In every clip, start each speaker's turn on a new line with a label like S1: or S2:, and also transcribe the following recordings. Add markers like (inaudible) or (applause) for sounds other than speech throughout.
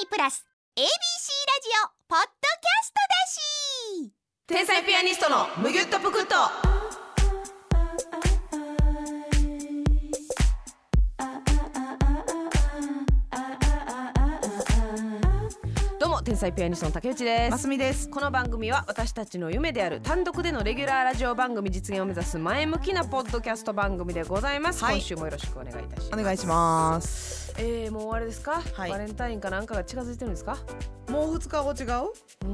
S1: ニープラス ABC ラジオポッドキャストだし
S2: 天才ピアニストのむぎゅっとぷくっとどうも天才ピアニストの竹内です、
S3: ますみです。
S2: この番組は私たちの夢である単独でのレギュラーラジオ番組実現を目指す前向きなポッドキャスト番組でございます、
S3: はい
S2: 今週もよろしくお願いいたし
S3: お
S2: ます
S3: 願いします。
S2: えー、もうあれですか、
S3: はい
S2: バレンタインかなんかが近づいてるんですか
S3: もう二日後違う？
S2: うー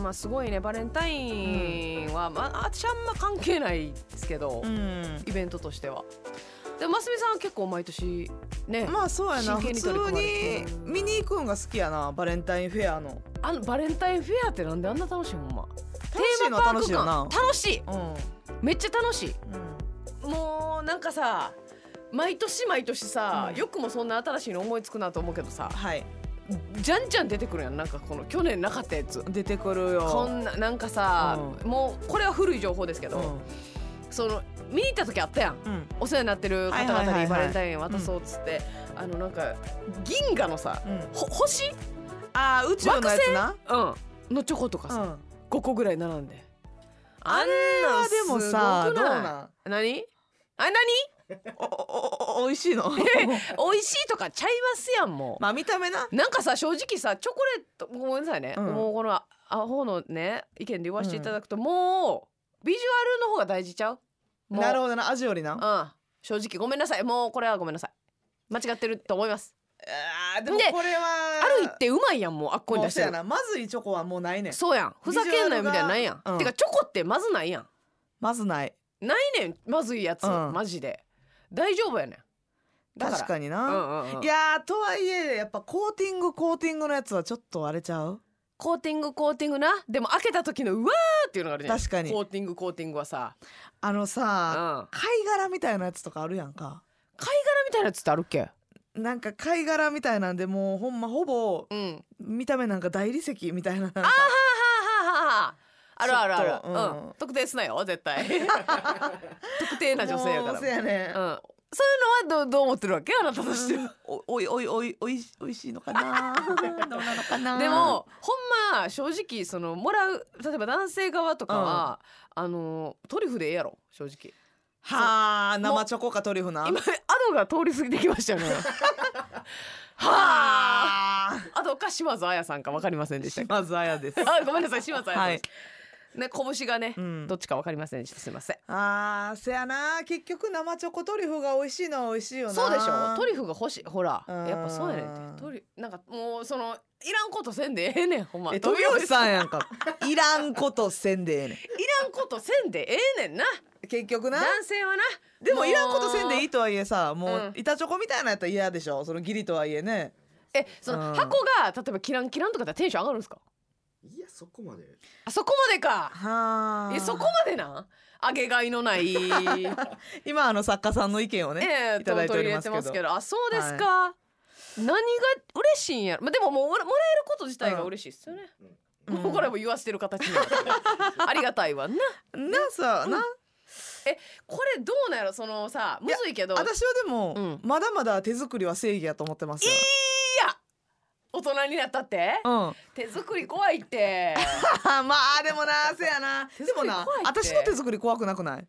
S2: んまあすごいねバレンタインは、まあ、私あんま関係ないですけど、
S3: ん。
S2: イベントとしてはでもますみさんは結構毎年ね、
S3: まあそうや
S2: 真剣
S3: な。普
S2: に
S3: 通
S2: 取り組まれて
S3: に見に行くんが好きやな。バレンタインフェアの。
S2: あのバレンタインフェアってなんであんな楽しいほんま
S3: 楽しいのは楽しいよな
S2: テーマパーク感楽しい
S3: うん。
S2: めっちゃ楽しい
S3: うん。
S2: もうなんかさ毎年毎年さ、
S3: うん
S2: よくもそんな新しいの思いつくなと思うけどさ
S3: はい。
S2: じゃんじゃん出てくるやんなんかこの去年なかったやつ
S3: 出てくる
S2: こ
S3: よ。
S2: んななんかさ、
S3: う
S2: もうこれは古い情報ですけ
S3: う
S2: ど、
S3: ん。
S2: その見に行った時あったやん
S3: うん。
S2: お世話になってる方
S3: は
S2: 々
S3: いはいはいは
S2: に
S3: い
S2: バレンタイン渡そうっつって、あのなんか銀河のさ
S3: うん。
S2: ほ星、
S3: ああ宇宙のやつな。
S2: うん、のチョコとか
S3: う
S2: さ、
S3: ん。
S2: 5個ぐらい並んであんな
S3: あでもさどう
S2: な
S3: なん？
S2: い何あ何
S3: おおおお美味しいの？
S2: 美味しいとかちゃいますやんもう、
S3: (laughs) まあ見た目な。
S2: なんかさ正直さチョコレートごめんなさいね、
S3: うん
S2: もうこのアホのね意見で言わせていただくと、もうビジュアルの方が大事ちゃうもう
S3: なるほどな味よりな。あ
S2: うん正直ごめんなさいもうこれはごめんなさい間違ってると思います
S3: ーでも
S2: で
S3: これは
S2: 歩いてうまいやんもうあっこに
S3: も
S2: 出
S3: う
S2: して
S3: そうや
S2: る
S3: な。まずいチョコはもうないねん。
S2: そうやんふざけんなよみたいなのないやん、
S3: ビジュアルがうん
S2: てかチョコってまずないやん
S3: まずない。
S2: ないねんまずいやつ、
S3: うん
S2: マジで大丈夫やねんだから
S3: 確かに
S2: う
S3: な。
S2: んうんうん
S3: いやーとはいえやっぱコーティングコーティングのやつはちょっとあれちゃう
S2: コーティングコーティングなでも開けた時のうわーっていうのがあるじゃん
S3: 確かに
S2: コーティングコーティングはさ、
S3: あの
S2: うん、貝
S3: さ、
S2: 殻
S3: 貝殻みたいなやつとかあるやんか
S2: みたいなやつってあるっけ
S3: なんか貝殻みたいなんでもうほんまほぼ
S2: うんは
S3: 見た目なんか大理石みたいななんか
S2: あはあはあはああるあるあ
S3: ち
S2: る、
S3: ょ
S2: う
S3: っ
S2: ん
S3: とうん
S2: 特定すなよ絶
S3: (laughs)
S2: 対特定な女性やか
S3: も
S2: ら
S3: うせやね、
S2: うん、そういうのはどうどう思ってるわけあなたとしては
S3: おおいおいおいおいおいしいのかなどうなのかな
S2: でもほんま正直そのもらう例えば男性側とかは、あのトリュフでええやろ正直
S3: はあ生チョコかトリュフな
S2: 今アドが通り過ぎてきましたよ
S3: (laughs)
S2: ねはあ
S3: は
S2: あとか島津彩さんかわかりませんでした
S3: ー
S2: っけ
S3: まずあやです
S2: あごめんなさい島津彩さん、
S3: はい
S2: ね拳がね、
S3: うん
S2: どっちかわかりませんでしたすいません
S3: あーせやな結局生チョコトリュフが美味しいのは美味しいよな
S2: そうでしょトリュフが欲しいほら
S3: うん
S2: やっぱそうやねんってトリュなんかもうそのいらんことせんでええねんほんま
S3: え
S2: 飛
S3: 富
S2: び降り
S3: 吉さんやんかいらんことせんでええね
S2: いらんことせんでええねんなん
S3: 結局な
S2: 男性はな
S3: でもいらんこ
S2: も
S3: と
S2: う
S3: せんでいいとはいえさも
S2: うん
S3: う板チョコみたいなやったら嫌でしょそのギリとはいえね
S2: えその
S3: うん
S2: 箱が例えばキランキランとかだったらテンション上がるんですか
S4: いやそこまで
S2: あそこまでか
S3: は
S2: えそこまでなんあげがい (laughs) のない
S3: 今あの作家さんの意見をね
S2: ええ
S3: いただいておりますけど
S2: と取り入れてあそうですか、何が嬉しいんやろ、まあ、でももうもらもらえること自体が嬉しいっすよね、
S3: うん
S2: もうこれも言わせてる形
S3: (laughs)
S2: にありがたいわな
S3: なさな
S2: これどうなんやろそのさむずいけど
S3: 私はで
S2: う
S3: も
S2: ん
S3: まだまだ手作りは正義やと思ってますよ
S2: 大人になったって
S3: うん (laughs) ま
S2: 手作り (laughs) 怖いって
S3: あでもなせやな
S2: (laughs) 手
S3: で
S2: 作
S3: も
S2: り
S3: な
S2: 怖いって
S3: 私の手作り怖くなくない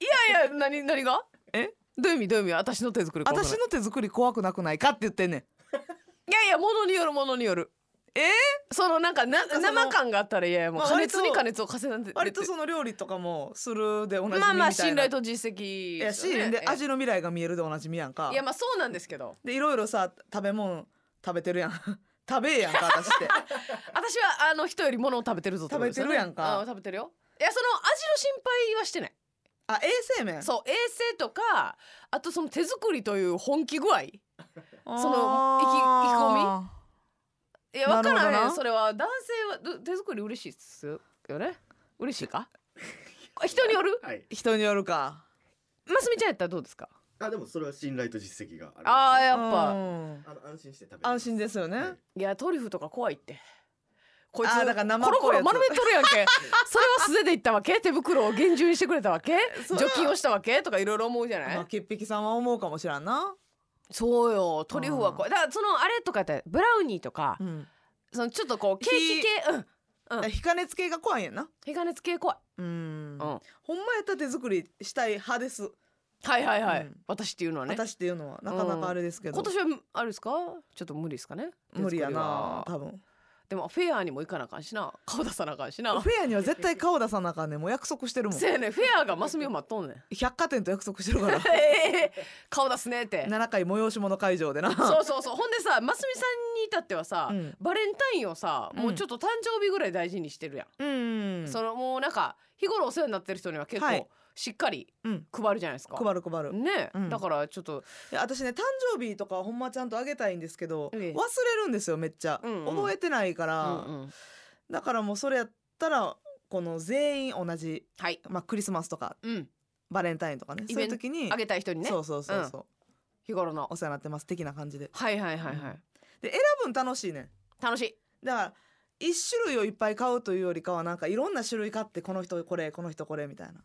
S2: いやいや何何が
S3: え
S2: どういう意味どういう意味私の手作り怖くない
S3: 私の手作り怖くなくないかって言ってんねん
S2: いやいや、ものによるものによる。
S3: えー
S2: そのなんかな
S3: なんかその
S2: 生感があったら嫌やもう
S3: まあ
S2: 加熱
S3: 割
S2: に
S3: と
S2: 加熱を重ねて
S3: 割とその料理とかもするで同じみみ
S2: まあ
S3: たいな
S2: まあ信頼と実績
S3: いや
S2: で
S3: し
S2: すよね、
S3: で
S2: え
S3: 味の未来が見えるでおなじみやんか
S2: いやまあそうなんですけど
S3: でいろいろさ食べ物食べてるやん (laughs) 食べえやんか私って
S2: 私はあの人よりものを食べてるぞってことですよね
S3: 食べてるやんか
S2: あ食べてるよいやその味の心配はしてない
S3: あ衛生面
S2: そう衛生とかあとその手作りという本気具合い
S3: あー
S2: その意気意気込やわから
S3: なるほ
S2: へ
S3: ど
S2: ん
S3: な
S2: それは男性はど手作り嬉しいっすよね嬉しい
S3: (laughs)
S2: か人による
S4: はい
S3: 人によるか
S2: ますみちゃんやったらどうですか
S4: あでもそれは信頼と実績がある
S2: ああ
S4: あ
S2: やっぱ、
S3: うん
S4: の安心して食べれま
S3: 安心ですよね、
S4: はい
S2: いやトリュフとか怖いってこいつ
S3: あーだから生
S2: コ
S3: っ
S2: ロコ
S3: ぽ
S2: ロ
S3: いやつ
S2: 丸めとるやん
S3: (laughs)
S2: けそれは素手でいったわけ手袋を厳重にしてくれたわけ除菌をしたわけとかいろいろ思うじゃない、
S3: まあ潔癖さんは思うかもしらんな
S2: そうよトリュフはこうだからそのあれとかやってブラウニーとか、
S3: うん、
S2: そのちょっとこうケーキ系うんうん
S3: 非加熱系が怖いんやな
S2: 火加熱系怖い
S3: うん、
S2: うん
S3: ほんまやったら手作りしたい派です
S2: はいはいはい、
S3: うん
S2: 私っていうのはね
S3: 私っていうのはなかなかあれですけど、
S2: 今年はあれですかちょっと無理ですかね
S3: 無理やな
S2: 手作りは
S3: 多分
S2: でもフェアにも行かなあかんしな顔出さなあかんしな
S3: フェアには絶対顔出さなあかんねんもう約束してるもん
S2: せやねんフェアがマスミを待っと
S3: (laughs)
S2: んねん
S3: 百貨店と約束してるから
S2: ええ顔出すねって
S3: 7回催し物会場でな
S2: そうそうそうほんでさマスミさんに至ってはさ、
S3: うん
S2: バレンタインをさもううんちょっと誕生日ぐらい大事にしてるやん、
S3: うん
S2: そのもうなんか日頃お世話になってる人には結
S3: はい
S2: 構しっかり
S3: うん
S2: 配るじゃないですか、
S3: 配る配る
S2: ね、
S3: うん
S2: だからちょっと
S3: いや私ね誕生日とかほんまちゃんとあげたいんですけど忘
S2: ええ
S3: れるんですよめっちゃ、
S2: うんうん
S3: 覚えてないから、
S2: うんうん
S3: だからもうそれやったらこの全員同じ、
S2: はい
S3: まあ、クリスマスとか
S2: うん
S3: バレンタインとかね
S2: イ
S3: そ
S2: ベ
S3: うい
S2: ン
S3: う
S2: ト
S3: 時に
S2: あげたい人にね
S3: そうそうそうそう、
S2: 日頃の
S3: お世話になってます的な感じで
S2: はいはいはいはい、
S3: うんで選ぶん楽しいねん
S2: 楽しい
S3: だから一種類をいっぱい買うというよりかはなんかいろんな種類買ってこの人これこの人これみたいな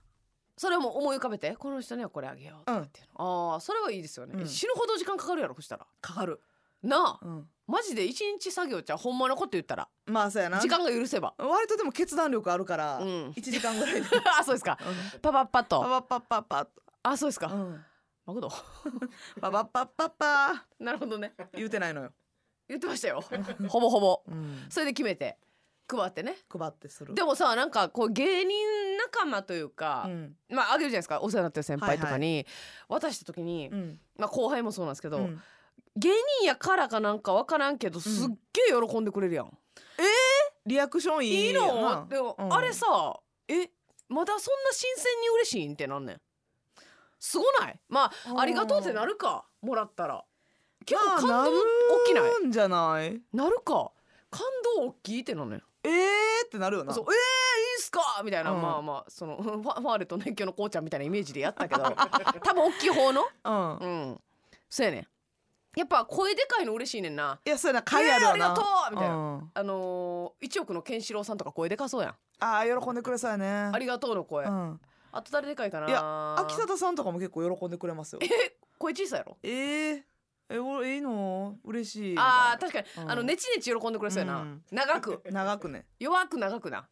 S2: それも思い浮かべてこの人にはこれあげようとかっていうの、ああそれはいいですよね、
S3: うん
S2: 死ぬほど時間かかるやろそしたら
S3: かかる、
S2: なあ
S3: うん、
S2: マジで一日作業じゃうほんまのこと言ったら
S3: まあそうやな
S2: 時間が許せば
S3: 割とでも決断力あるから、
S2: う
S3: 一
S2: ん (laughs)
S3: 1時間ぐらいで
S2: あそうですかパパッパッ
S3: パ
S2: と
S3: パッパッパッパッと、
S2: あそうですか、
S3: うん、
S2: マクド
S3: パパッパッパッパ
S2: (laughs)
S3: ー
S2: なるほどね
S3: 言うてないのよ、
S2: 言ってました
S3: (laughs)
S2: よほぼほぼ
S3: うん、
S2: それで決めて配ってね
S3: 配ってする
S2: でもさなんかこう芸人仲間というか
S3: う、ん
S2: まああげるじゃないですかお世話になってる先輩とかに渡した時に、
S3: うん
S2: まあ後輩もそうなんですけど、
S3: うん
S2: 芸人やからかなんかわからんけどすっげえ喜んでくれるやん、
S3: リアクションいい
S2: いい
S3: よな
S2: のでも、
S3: うん
S2: あれさえまだそんな新鮮に嬉しいんってなんねんすごないま
S3: う
S2: あ
S3: ん
S2: ありがとうってなるかもらったら結
S3: まあ
S2: 構感動大きない
S3: るんじゃない
S2: なるか感動大きいってなんねん
S3: えーってなるよな
S2: そうえー、いいっすかみたいな、
S3: うん
S2: まあまあその (laughs) ファファーレと熱狂のこうちゃんみたいなイメージでやった
S3: (laughs)
S2: けど多分大きい方の
S3: うん
S2: うんそうやねんやっぱ声でかいの嬉しいねんない
S3: やそう
S2: 「
S3: やな
S2: え
S3: 会ある
S2: ー、あ
S3: よ
S2: り
S3: な、
S2: がとう!」みたいな、
S3: うん
S2: あのー、1億のケンシロウさんとか声でかそうやん「
S3: あー喜んでくれそうやね
S2: ありがとう」の声、
S3: うん
S2: あと誰でかいかない
S3: や秋里さんとかも結構喜んでくれますよ
S2: え声小さいやろ
S3: えー、えおいいの嬉しい
S2: あー
S3: み
S2: 確かに、
S3: うん
S2: あのネチネチ喜んでくれそうやな、
S3: うん
S2: 長く
S3: (laughs) たいな長くね
S2: 弱く長くな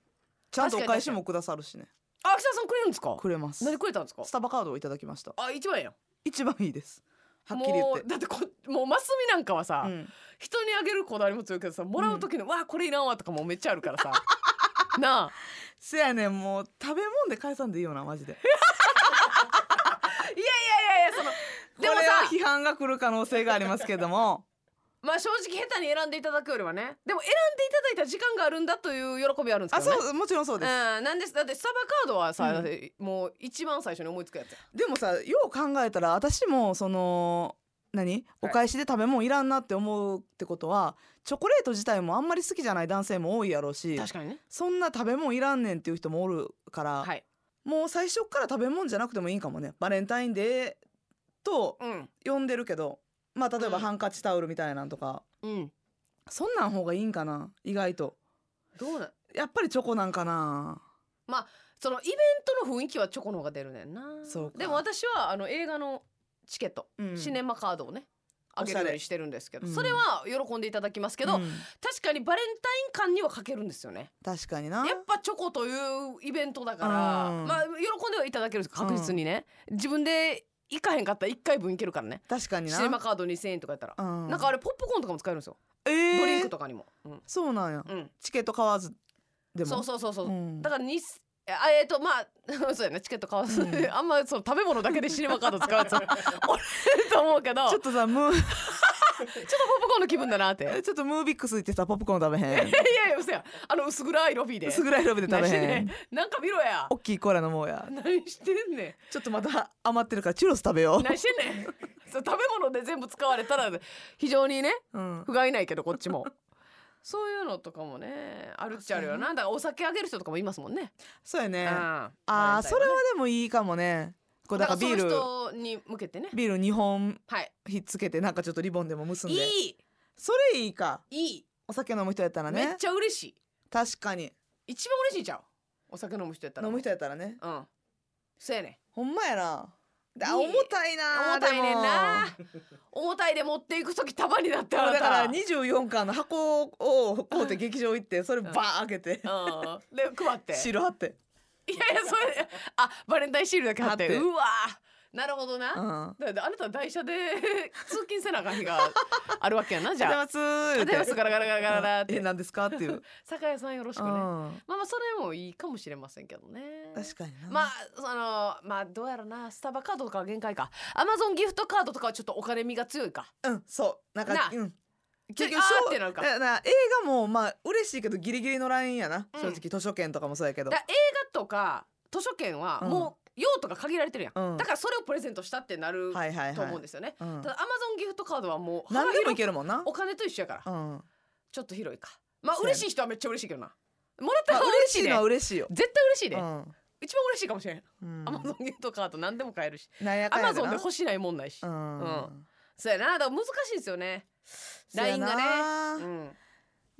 S3: ちゃんとお
S2: 確かに
S3: 返しもくださるしね
S2: あ秋田さんくれるんですか
S3: くれます
S2: 何くれたんですか
S3: スタバカードをいただきました
S2: あ一番やん
S3: 一番いいですはっきり言って
S2: もうだってこもうマスミなんかはさ、
S3: うん
S2: 人にあげるこだわりも強いけどさもらう時の「わあこれいらんわ」とかもめっちゃあるから (laughs) さなあ
S3: せやねんもう食べ物で返さんでいいよなマジで
S2: いやいやいやいやその (laughs) でも
S3: これは
S2: さ
S3: 批判が来る可能性がありますけ
S2: (laughs)
S3: ども
S2: まあ正直下手に選んでいただくよりはねでも選んでいただいた時間があるんだという喜びはあるんです
S3: あ
S2: けどね
S3: そうもちろんそうです、
S2: うん、なんですだってスタバカードはさ、
S3: うん
S2: だってもう一番最初に思いつくやつや
S3: でもさよう考えたら私もその何お返しで食べ物いらんなって思うってことはチョコレート自体もあんまり好きじゃない男性も多いやろうし
S2: 確かにね
S3: そんな食べ物いらんねんっていう人もおるから、
S2: はい
S3: もう最初から食べ物じゃなくてもいいかもねバレンタインデーと
S2: うん
S3: 呼んでるけどまあ例えば
S2: うん
S3: ハンカチタオルみたいなんとか、
S2: うん
S3: そんなん方がいいんかな意外と
S2: どうなん
S3: やっぱりチョコなんかな
S2: そのイベントの雰囲気はチョコの方が出るねんな
S3: そうか
S2: でも私はあの映画のチケット、
S3: うん
S2: シネマカードをねあげるようにしてるんですけど、
S3: おしゃ
S2: そ
S3: れ
S2: れは喜んでいただきますけど、
S3: うん
S2: 確かにバレンタイン感には欠けるんですよね
S3: 確かにな
S2: やっぱチョコというイベントだから、
S3: うん
S2: まあ喜んではいただけるんです確実にね、自分で行かへんかったら1回分いけるからね
S3: 確かにな
S2: シネマカード2,000円とかやったら、
S3: うん
S2: なんかあれポップコーンとかも使えるんですよ、
S3: えー
S2: ドリンクとかにも、うん
S3: そうなんや
S2: うん
S3: チケット買わずでも
S2: そうそうそうそう、
S3: ん
S2: だからにすあえっ、とまあ (laughs) そうやねチケット買わず、
S3: うん
S2: あんまその食べ物だけでシネマカード使うやつ俺と思うけど (laughs) ち
S3: ち
S2: ょ
S3: ょ
S2: っ
S3: っ
S2: と
S3: とさムー
S2: ポップコーンの気分だなっていやい
S3: (laughs) ちょっとムービックス行ってさポップコーン食べへん
S2: や嘘やあの薄暗いロビーで
S3: 薄暗いロビーで食べへ
S2: 何して
S3: ん
S2: ねなんか見ろや
S3: おっきいコーラ飲もうや
S2: 何してんね
S3: ちょっとまた余ってるからチュロス食べよ
S2: (laughs) ん何してんねんそう食べ物で全部使われたら非常にね
S3: う、うん
S2: 不甲斐ないけどこっちも (laughs) そういうのとかもねあるっちゃあるよなだからお酒あげる人とかもいますもんね、
S3: そうやねあ
S2: あ
S3: あーそれはでもいいかもねこうだからビー
S2: そ
S3: ル
S2: の人に向けてね
S3: ビール2本
S2: はい
S3: ひっつけてなんかちょっとリボンでも結ん
S2: い
S3: で
S2: い
S3: それいいか
S2: いい、
S3: お酒飲む人やったら
S2: め
S3: ね
S2: っちゃ嬉しい
S3: 確かに
S2: 一番嬉しいじゃんお酒飲む人やったら
S3: 飲む人やったらね
S2: うんそうやね
S3: ほんまやなあ重たいな
S2: 重たいねんな
S3: でも
S2: 重たいで持っていく時束になってあなた
S3: だから24巻の箱を買うて劇場行ってそれバー開けて
S2: うんで配 (laughs) って
S3: シール貼って
S2: いやいやそれあバレンタインシールだけ貼って
S3: 貼って
S2: うわなるほどな、
S3: うん
S2: だってあなたは台車で (laughs) 通勤せなあかん日があるわけやなじ
S3: じゃ
S2: ゃ
S3: あ
S2: あ「
S3: 言
S2: お
S3: う
S2: はようござい
S3: て
S2: ますガラガラガラガラガラ」っ
S3: え
S2: て
S3: 何ですかって
S2: (laughs)
S3: いう
S2: 「酒屋さんよろしくね」
S3: うん
S2: まあまあそれもいいかもしれませんけどね
S3: 確かにな
S2: まあそのまあどうやらなスタバカードとかは限界かアマゾンギフトカードとかはちょっとお金味が強いか
S3: うんそうなんか
S2: な
S3: うん
S2: 結局
S3: しょう
S2: ってなるかだ
S3: だから映画もまあ嬉しいけどギリギリのラインやな
S2: うん
S3: 正直図書券とかもそうやけど
S2: 映画とか図書券は
S3: うん
S2: もう用途が限られてるやん、
S3: うん
S2: だからそれをプレゼントしたってなる
S3: はいはい
S2: と思うん
S3: は
S2: ですよね、
S3: いうん
S2: ただアマゾンギフトカードはもう
S3: 何
S2: 幅
S3: でもい
S2: 広
S3: け
S2: く
S3: るもんな
S2: お金と一緒やから、
S3: うんま
S2: ちょっと広いかまあ
S3: そうやね
S2: 嬉しい人はめっちゃ嬉しいけどなもらった
S3: あ
S2: ら嬉
S3: 嬉
S2: し
S3: し
S2: い
S3: い
S2: ね、
S3: のは嬉しいよ
S2: 絶対嬉しいね、
S3: うん
S2: 一番嬉しいかもしれん、
S3: うん
S2: アマゾンギフトカード何でも買えるし
S3: なんや
S2: ア
S3: かんや
S2: マゾンで欲
S3: しい
S2: しないもんないし、
S3: うん
S2: うんそうやなだから難しいですよね
S3: そうや
S2: LINE がねう
S3: なんだか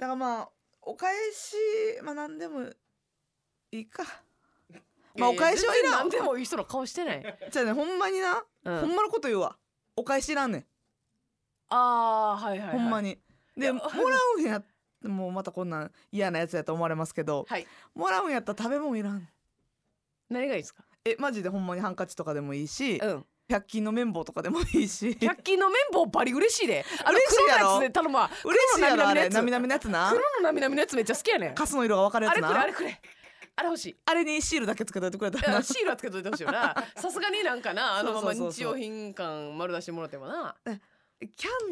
S3: らまあお返しまあ何でもいいかま
S2: いや
S3: あお返しはいらん
S2: や全然何でもいい人の顔してない、
S3: じゃあねほんまにな
S2: うん
S3: ほんまのこと言うわお返しいらんねん
S2: あーはいはい、はい、
S3: ほんま
S2: に
S3: にでもらうんやもうまたこんなん嫌なやつやと思われますけど
S2: はい
S3: もらうんやったら食べ物いらん
S2: 何がいいですか
S3: えマジでほんまにハンカチとかでもいいし
S2: うん
S3: 100均の綿棒とかでもいいし嬉
S2: 百均の綿棒バリ嬉しいであの
S3: 嬉しい
S2: 黒
S3: や
S2: の
S3: ろ
S2: やつで頼むわ
S3: しいやろあれ
S2: 黒
S3: な
S2: の
S3: みなみのやつな
S2: 黒のなみなみのやつめっちゃ好きやねん
S3: カスの色が分かるや
S2: あ
S3: つ
S2: れくれ
S3: な
S2: あれくれあれ欲しい
S3: あれにシールだけつけといてくれた
S2: い
S3: ら
S2: や
S3: な
S2: (laughs) シールはつけといてほしいよ
S3: (laughs)
S2: なさすがになんかなあのまま
S3: そうそうそう
S2: 日
S3: そう
S2: 用品感丸出してもらってもな
S3: キャ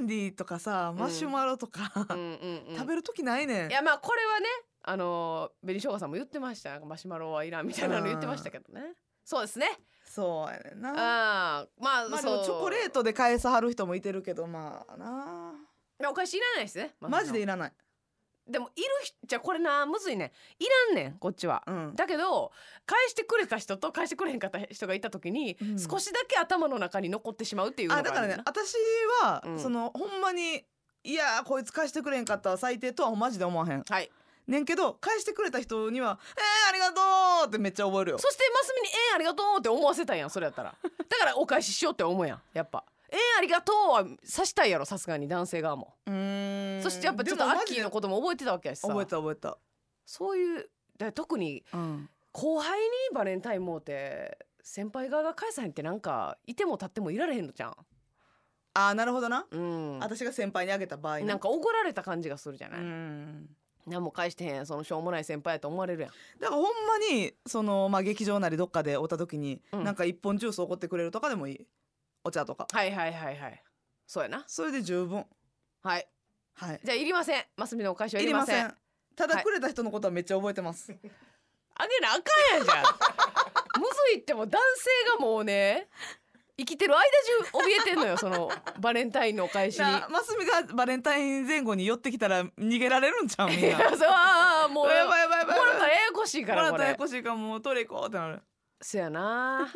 S3: ンディーとかさマシュマロとか、
S2: うんうんうん
S3: 食べる時ないねん
S2: いやまあこれはねあの紅しょうがさんも言ってましたなんかマシュマロはいらんみたいなの言ってましたけどねそうですね
S3: そうやねんな
S2: ああまあ
S3: まあで
S2: そ
S3: も
S2: う
S3: チョコレートで返さはる人もいてるけどまあな
S2: まあお返しいらないですねまあ
S3: マジでいらない
S2: でもいる人じゃあこれなむずいねいらんねんこっちは
S3: うん
S2: だけど返してくれた人と返してくれへんかった人がいた時に、
S3: うん
S2: 少しだけ頭の中に残ってしまうっていうのが
S3: あだから
S2: る
S3: ね
S2: よな
S3: 私は、
S2: うん
S3: そのほんまにいやーこいつ返してくれんかったわ最低とはマジで思わへん
S2: はい
S3: ねんけど返してくれた人には「えー、ありがとう!」ってめっちゃ覚えるよ
S2: そしてマスミに「えー、ありがとう」って思わせたいやんそれやったらだからお返ししようって思うやんやっぱ「えー、ありがとう」はさしたいやろさすがに男性側も
S3: うーん
S2: そしてやっぱちょっとアッキーのことも覚えてたわけやしさ
S3: 覚えた覚えた、
S2: そういうだから特に
S3: うん、
S2: 後輩にバレンタインもうて先輩側が返さへんってなんかいても立ってもいられへんのじゃん
S3: あーなるほどな、
S2: うん
S3: 私が先輩にあげた場合
S2: なんか怒られた感じがするじゃ
S3: う
S2: ない、
S3: ん
S2: 何も返してへんそのしょうもない先輩やと思われるやん
S3: だからほんまにその、まあ、劇場なりどっかでおった時に、
S2: うん
S3: なんか一本ジュースおごってくれるとかでもいいお茶とか
S2: はいはいはいはいそうやな
S3: それで十分
S2: はい
S3: はい
S2: じゃあいりませんマスミのお返しはいりません
S3: いりた
S2: は
S3: だ
S2: い
S3: くれた人のことはめっちゃ覚えてます、
S2: あげなあかんやんじゃん (laughs) むずいってもう男性がもうね生きてる間中怯えてんのよそのバレンタインのお返しに。
S3: なマスミがバレンタイン前後に寄ってきたら逃げられるんちゃうみん
S2: い (laughs)
S3: な
S2: やそれはもうも
S3: や
S2: ら
S3: ばいやばいやばい
S2: ったらややこしい
S3: も
S2: からら
S3: っ
S2: こ
S3: たらや
S2: れ
S3: やこしいからもうトイレ行こうってなる
S2: そやな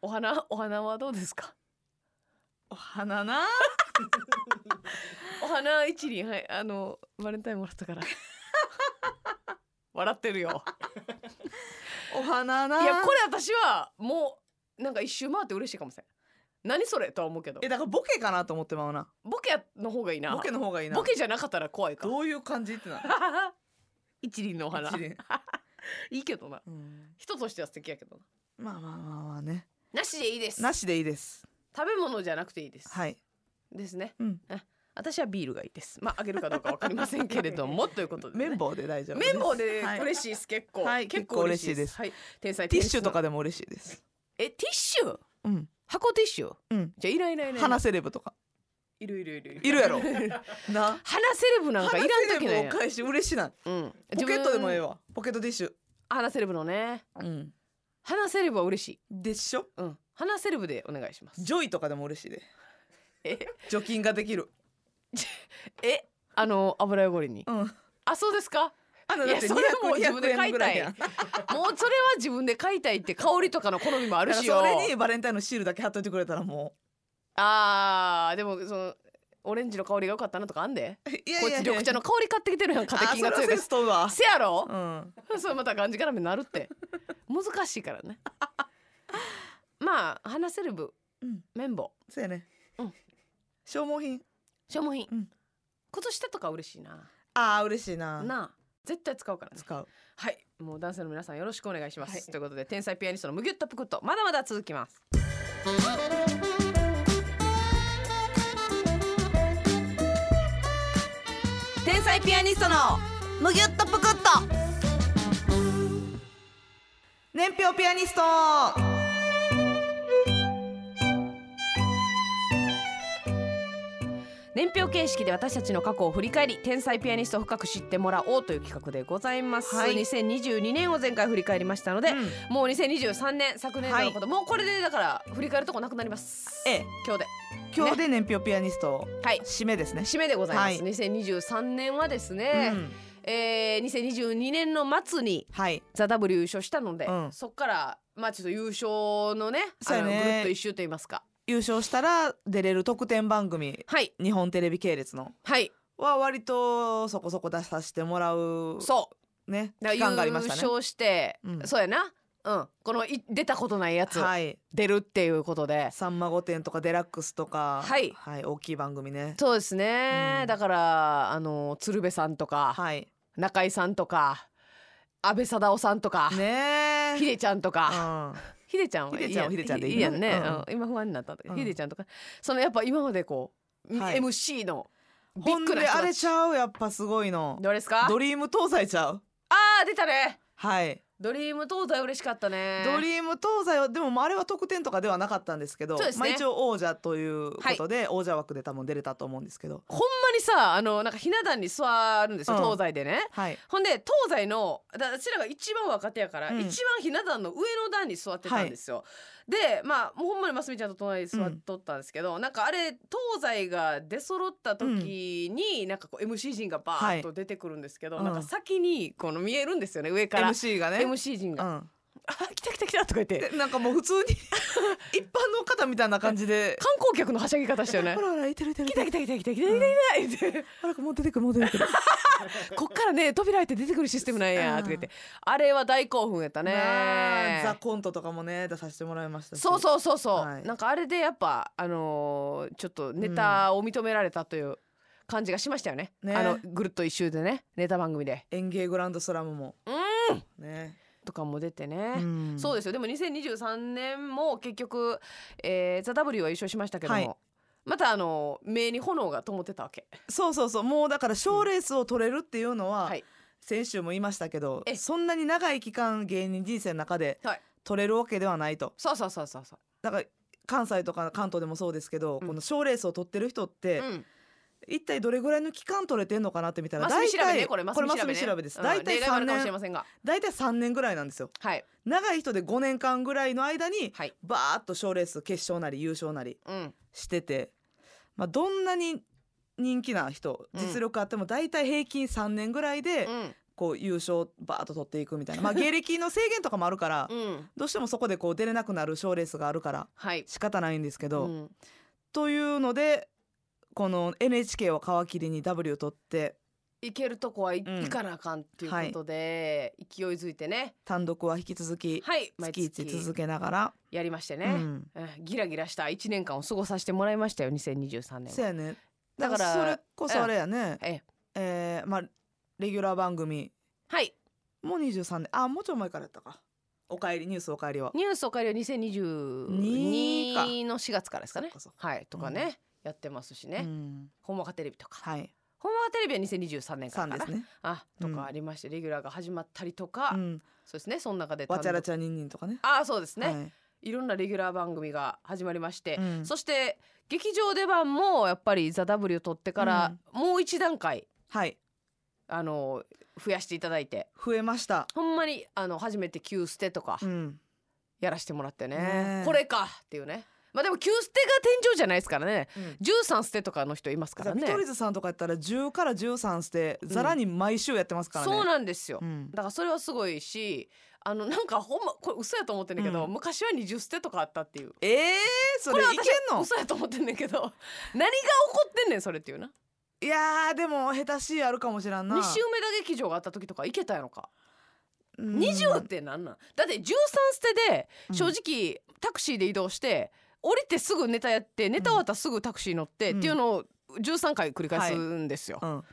S2: お花お花はどうですか
S3: お花な
S2: お花一輪はいあのバレンタインもらったから笑ってるよ
S3: (laughs) お花ない
S2: やこれ私はもうなんか一周回って嬉しいかもしれん何それとは思うけど
S3: えだからボケかなと思ってまうな
S2: ボケの方がいいな
S3: ボケの方がいいな
S2: ボケじゃなかったら怖いか
S3: どういう感じってなる
S2: (laughs) 一輪のお花
S3: 一
S2: (laughs)
S3: 輪
S2: いいけどな
S3: うん
S2: 人としては素敵やけどな
S3: まあまあまあまあね
S2: なしでいいです
S3: なしでいいです
S2: 食べ物じゃなくていいです、
S3: はい
S2: ですね
S3: うん
S2: 私はビールがいいですまああげるかどうかわかりませんけれ
S3: (laughs)
S2: どもということで、ね、
S3: 綿棒で大丈夫です
S2: 綿棒で
S3: はい
S2: 嬉しいです、結構、
S3: はい
S2: 結構嬉しいです
S3: 結
S2: はい天才
S3: ティッシュ
S2: 天
S3: と
S2: 才
S3: かでも嬉しいです
S2: えティッシュ
S3: うん
S2: 箱ティッシュ
S3: うん
S2: じゃあいらんいらんいらん
S3: 花セレブとか
S2: いるいるいる
S3: いる
S2: (laughs)
S3: やろな
S2: 花セレブなんかいらん
S3: 花セ
S2: 時な
S3: レブ
S2: んや
S3: お返し嬉しない
S2: うん
S3: ポケットでもええ
S2: わ
S3: わポケットティッシュ
S2: 花セレブのね
S3: うん
S2: 花セレブは嬉しい
S3: でしょ
S2: うん花セレブでお願いします
S3: ジョイとかでも嬉しいで
S2: え
S3: 除菌ができる
S2: えあの油汚れに
S3: うん
S2: あそうですか
S3: あの
S2: い
S3: だっ
S2: や
S3: て
S2: それもう自分
S3: 200
S2: で買
S3: 円
S2: い
S3: ぐ
S2: た
S3: ら
S2: い
S3: い
S2: も
S3: や
S2: うんそれは自分で買いたいって香りとかの好みもあ
S3: だ
S2: る
S3: から
S2: し
S3: そ
S2: よ
S3: れにバレンタインのシールだけ貼っといてくれたらも
S2: あーでもそのオレンジの香りが良かったなとかあんで
S3: ういやい
S2: こ
S3: や
S2: い
S3: い
S2: つ
S3: や
S2: 緑茶の香り買ってきてるやんカテ
S3: あ
S2: キンが
S3: そ
S2: 強
S3: れ
S2: い
S3: は
S2: か
S3: セ
S2: ら
S3: ス取るわ
S2: せやろ
S3: うん
S2: それまたがんじがらめになるって難しいからねままあ話せる部
S3: うん
S2: 綿棒
S3: そうやね、
S2: うん
S3: 消耗品
S2: 消耗品、
S3: うん
S2: 靴下とか嬉しいな、
S3: ああ嬉しいな
S2: なあ絶対使うからね
S3: 使う
S2: はいもう男性の皆さんよろしくお願いします、
S3: はい
S2: ということで天才ピアニストのむぎゅっとぷくっとまだまだ続きます天才ピアニストの
S1: むぎゅっとぷくっと
S3: 年表ピアニスト
S2: 年表形式で私たちの過去を振り返り天才ピアニストを深く知ってもらおうという企画でございます、
S3: はい
S2: 2022年を前回振り返りましたので、
S3: うん
S2: もう2023年昨年度のこと、もうこれでだから振り返るとこなくなります
S3: ええ
S2: 今日で
S3: 今日で年表ピアニスト
S2: はい
S3: 締めですね
S2: 締めでございます、
S3: はい
S2: 2023年はです
S3: う
S2: ね、
S3: ん
S2: えー、2022年の末に
S3: はい
S2: 「ザ・ w 優勝したので、
S3: うん
S2: そっからまあちょっと優勝のね
S3: そうやね
S2: あのぐるっと一周と言いますか
S3: 優勝したら出れる特典番組
S2: はい
S3: 日本テレビ系列の
S2: はい
S3: は割とそこそこ出させてもらう
S2: そう
S3: ね
S2: だ
S3: 期
S2: か
S3: 間
S2: ら
S3: があ
S2: 優
S3: りましたね
S2: 勝して、
S3: うん
S2: そうやなうんこのい出たことないやつ、
S3: はい
S2: 出るっていうことで
S3: さんま御殿とかデラックスとか
S2: はい
S3: 大きい番組ね
S2: そうですね、
S3: うん
S2: だからあの鶴瓶さんとか、
S3: はい
S2: 中井さんとか安倍貞夫さんとか、
S3: ねえ
S2: ひでちゃんとか、
S3: うん
S2: ひでちゃんは
S3: ひでちゃんはい
S2: い
S3: ひでちゃんでいい
S2: いやんね、
S3: うん
S2: うん今不安になったんだけど、
S3: うん
S2: ひでちゃんとかそのやっぱ今までこう、
S3: はい
S2: MC のビ
S3: ほん
S2: ッグな
S3: で
S2: 人
S3: あ
S2: た
S3: れ
S2: ち
S3: ちゃうやっぱすごいの
S2: どうですか
S3: ドリーム東西ちゃう
S2: あー出たね
S3: はい
S2: ドリーム東西嬉しかったね
S3: ドリーム東西はでもまああれは得点とかではなかったんですけど
S2: そうですね
S3: まあ一応王者ということで王者枠で多分出れたと思うんですけど
S2: ほんまにさあのなんかひな壇に座るんですよ、
S3: うん
S2: 東西でね
S3: はい
S2: ほんで東西のだ私らが一番若手やから、
S3: うん
S2: 一番ひな壇の上の段に座ってたんですよ、でまあもうほんまにますみちゃんと隣に座っとったんですけど、なんかあれ東西が出揃った時に、なんかこう MC 陣がバーッと出てくるんですけど、
S3: うん
S2: なんか先にこの見えるんですよね上から、
S3: MC がね
S2: MC 陣
S3: う
S2: が「
S3: ん
S2: あ来た来た来た」とか言って
S3: でなんかもう普通に一般の方みたいな感じで
S2: 観光客のはしゃぎ方したよね
S3: ほ。らほらいてるいてる
S2: 来
S3: いて
S2: た
S3: る
S2: 来た来た来た来た来た来た来た言って
S3: ほらもう出てくるもう出てくる
S2: こっからね扉開いて出てくるシステムなんやとか言ってあれは大興奮やった
S3: な
S2: ね
S3: あザコントとかもね出させてもらいましたし
S2: そうそうそうそう、
S3: はい
S2: なんかあれでやっぱあのーちょっとネタを認められたという感じがしましたよね,、
S3: ね
S2: あのぐるっと一周でねネタ番組で
S3: 園芸グランドスラムもね
S2: とかも出てね、
S3: うん
S2: そうですよでも2023年も結局「えー、ザ・ w は優勝しましたけども、
S3: はい
S2: またあの目に炎が灯ってたわけ
S3: そうそうそうもうだから賞レースを取れるっていうのは
S2: はい
S3: 先週も言いましたけど
S2: え
S3: そんなに長い期間芸人人生の中で
S2: はい
S3: 取れるわけではないと
S2: そうそうそうそうそ
S3: だから関西とか関東でもそうですけど
S2: うん
S3: この賞レースを取ってる人っ
S2: う、
S3: て
S2: うん、
S3: 一体どれぐらいの期間取れてんのかなって見たら
S2: マスミ調
S3: 大
S2: べね
S3: 体
S2: これマス
S3: これ
S2: ミ
S3: マ
S2: 調
S3: ス
S2: べ,、
S3: ミ
S2: ね、
S3: 調べです
S2: うん
S3: 大体
S2: 例外もあ
S3: 3
S2: るかもしれ
S3: 年
S2: ませんが
S3: 大体3年ぐらいなんですよ
S2: はい
S3: 長い人で5年間ぐらいの間に
S2: はい
S3: バーッと賞レース決勝なり優勝なり
S2: うん
S3: してて、まあ、どんなに人気な人
S2: うん
S3: 実力あっても大体平均3年ぐらいで
S2: うん
S3: こう優勝バーッと取っていくみたい
S2: (laughs)
S3: な、まあ、芸歴の制限とかもあるから
S2: うん
S3: どうしてもそこでこう出れなくなる賞レースがあるから
S2: はい
S3: 仕方ないんですけど、
S2: うん
S3: というのでこの NHK を皮切りに W を取って
S2: 行けるとこは行
S3: うん
S2: 行かなあかんっていうことで、勢いづいてね
S3: 単独は引き続き
S2: はい毎
S3: 月1
S2: 月
S3: 続けながら、
S2: やりまして
S3: う
S2: ね、
S3: ん
S2: うんギラギラした一年間を過ごさせてもらいましたよ2023年
S3: そう
S2: は
S3: やねだ
S2: だ
S3: か
S2: から
S3: らそれこそあれやね、
S2: ええ
S3: えーまあレギュラー番組
S2: はい
S3: もう23年あもうちょい前からやったか「おかえりニュースおかえりは」
S2: ニュースおかえりは2022の4月からですかね
S3: そっかそっ
S2: はいとかね、やってますしね、
S3: うん
S2: ほんわかテレビとか
S3: はい
S2: ほんわかテレビは2023年から
S3: 3
S2: か
S3: で
S2: な、
S3: すね、
S2: あとかありまして、レギュラーが始まったりとか、
S3: うん、
S2: そうですねその中で単
S3: わ
S2: 独
S3: ちゃらちゃにんにんとかね
S2: ああそうですね、、
S3: はいい
S2: ろんなレギュラー番組が始まりまして、
S3: うん
S2: そして劇場出番もやっぱり「ザ・ w 取ってから、もう一段階
S3: はい
S2: あの増やしていただいて
S3: 増えました、
S2: ほんまにあの初めて急捨てとか
S3: うん、
S2: やらしてもらってね,、
S3: ねえ
S2: これかっていうねまあでも急捨てが天井じゃないですからね
S3: うん
S2: 13捨てとかの人いますか
S3: さ
S2: ら
S3: 見
S2: ね
S3: 取り図さんとかやったら10から13して
S2: ん
S3: ざらに毎週やってますからね、
S2: そうなんですよ、
S3: うん
S2: だからそれはすごいしあのなんかほんまこれ嘘やと思ってんだけど、
S3: うん
S2: 昔は20捨てとかあったっていう
S3: えー、そ
S2: こ
S3: れ
S2: れ
S3: い
S2: 私
S3: けんの
S2: 嘘やと思ってんだけど何が起こってんねんそれっていうない
S3: やーでも下手しいあるかもしらんな
S2: 西梅田劇場があった時とか行けたやろか
S3: うん
S2: 20ってなんなんだって13捨てで正直タクシーで移動して降りてすぐネタやってネタ終わったらすぐタクシー乗って、
S3: うん
S2: っていうのを13回繰り返すんですよ。
S3: うん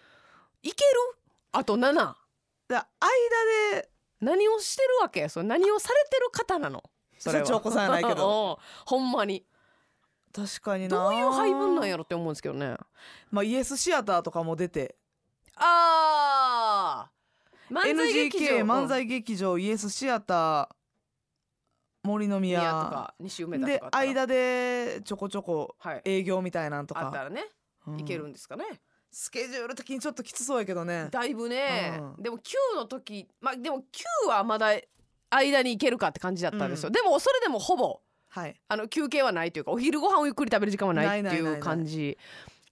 S2: い、けるあと7
S3: だ間で
S2: 何をしてるわけそれ何をされてる方なのそれは
S3: そっちお子さんやないけ
S2: (laughs)
S3: ど
S2: うんほんまに
S3: 確かにな
S2: どういう配分なんや
S3: ろ、
S2: ろって思うんですけどね
S3: まあ、イエスシアターとかも出て
S2: あー漫才劇場
S3: NGK 漫才劇場イエスシアター森の
S2: 宮
S3: 宮
S2: とか西梅田と
S3: で
S2: かあったら
S3: 間でちょこちょこ
S2: はい
S3: 営業みたいなんと
S2: あった
S3: から
S2: ね
S3: うん
S2: いけるんですかね、
S3: スケジュール的にちょっときつそうやけどね
S2: だいぶね、
S3: うん
S2: でも9の時まあでも9はまだ間に行けるかって感じだったんですよ、でもそれでもほぼ
S3: はい
S2: あの休憩はないというかお昼ご飯をゆっくり食べる時間はないって
S3: ない
S2: い
S3: ないないうない
S2: 感じ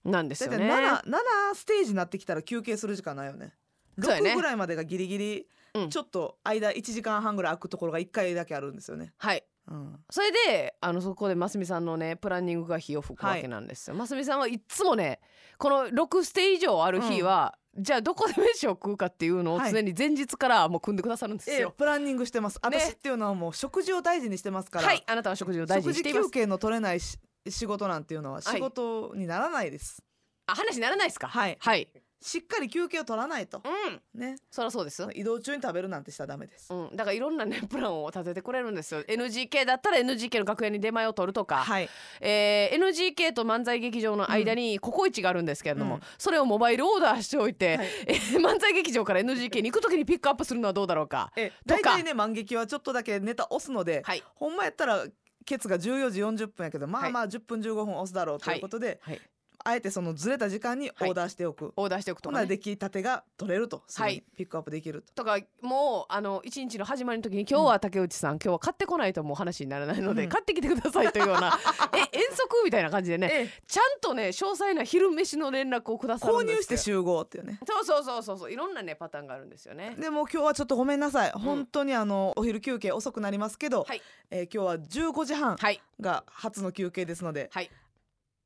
S2: なんです
S3: だい
S2: よ
S3: た
S2: ね
S3: い7。ステージになってきたら休憩する時間ないよね
S2: そうやね
S3: 6ぐらいまでがギリギリ、
S2: うん
S3: ちょっと間1時間半ぐらい空くところが1回だけあるんですよね、
S2: はい
S3: うん、
S2: それであのそこで真澄さんのねプランニングが火を吹くわけなんですよ。真澄さんはいっつもねこの6ステ以上ある日は、じゃあどこで飯を食うかっていうのを
S3: はい
S2: 常に前日からもう組んでくださるんです
S3: ええ
S2: よ。
S3: プランニングしてます
S2: ね
S3: 私っていうのはもう食事を大事にしてますから、
S2: はいあなたは食事を大事に
S3: 食
S2: し
S3: 事
S2: ていま
S3: 休
S2: す。
S3: 憩の取れないし仕事なんていうの
S2: は
S3: は
S2: い
S3: 仕事にならないです
S2: あ話にならないですか。
S3: はい、
S2: はい。
S3: しっかり休憩を取らないと
S2: うん
S3: ね
S2: そりゃそうです。
S3: 移動中に食べるなんてしたらダメです
S2: うん、だからいろんなねプランを立ててくれるんですよ NGK だったら NGK の楽屋に出前を取るとか、
S3: はい
S2: えー NGK と漫才劇場の間にココイチがあるんですけれども、
S3: うん
S2: それをモバイルオーダーしておいて、
S3: はい
S2: えー漫才劇場から NGK に行く時にピックアップするのはどうだろうか。
S3: え
S2: とか
S3: 大体ね満劇はちょっとだけネタ押すので、
S2: はい
S3: ほんまやったらケツが14時40分やけどま
S2: は
S3: あ
S2: い
S3: まあ10分15分押すだろうということで、
S2: はい、
S3: あえてそのずれた時間にオーダーしておく、
S2: オーダーしておくと
S3: ほん
S2: か、
S3: なら
S2: ね、
S3: 出来たてが取れると、
S2: はい
S3: すぐにピックアップできると。
S2: とかもうあの一日の始まりの時に今日は竹内さん、今日は買ってこないともう話にならないので、
S3: うん
S2: 買ってきてくださいというよう
S3: (laughs)
S2: なえ遠足みたいな感じでね
S3: ええ
S2: ちゃんとね詳細な昼飯の連絡をくださる
S3: 購
S2: んですよ
S3: 入して集合っていうね。
S2: そうそうそうそうそういろんなねパターンがあるんですよね。
S3: でもう今日はちょっとごめんなさい、本当にあのお昼休憩遅くなりますけど、
S2: はい
S3: えー今日は15時半
S2: はい
S3: が初の休憩ですので、
S2: はい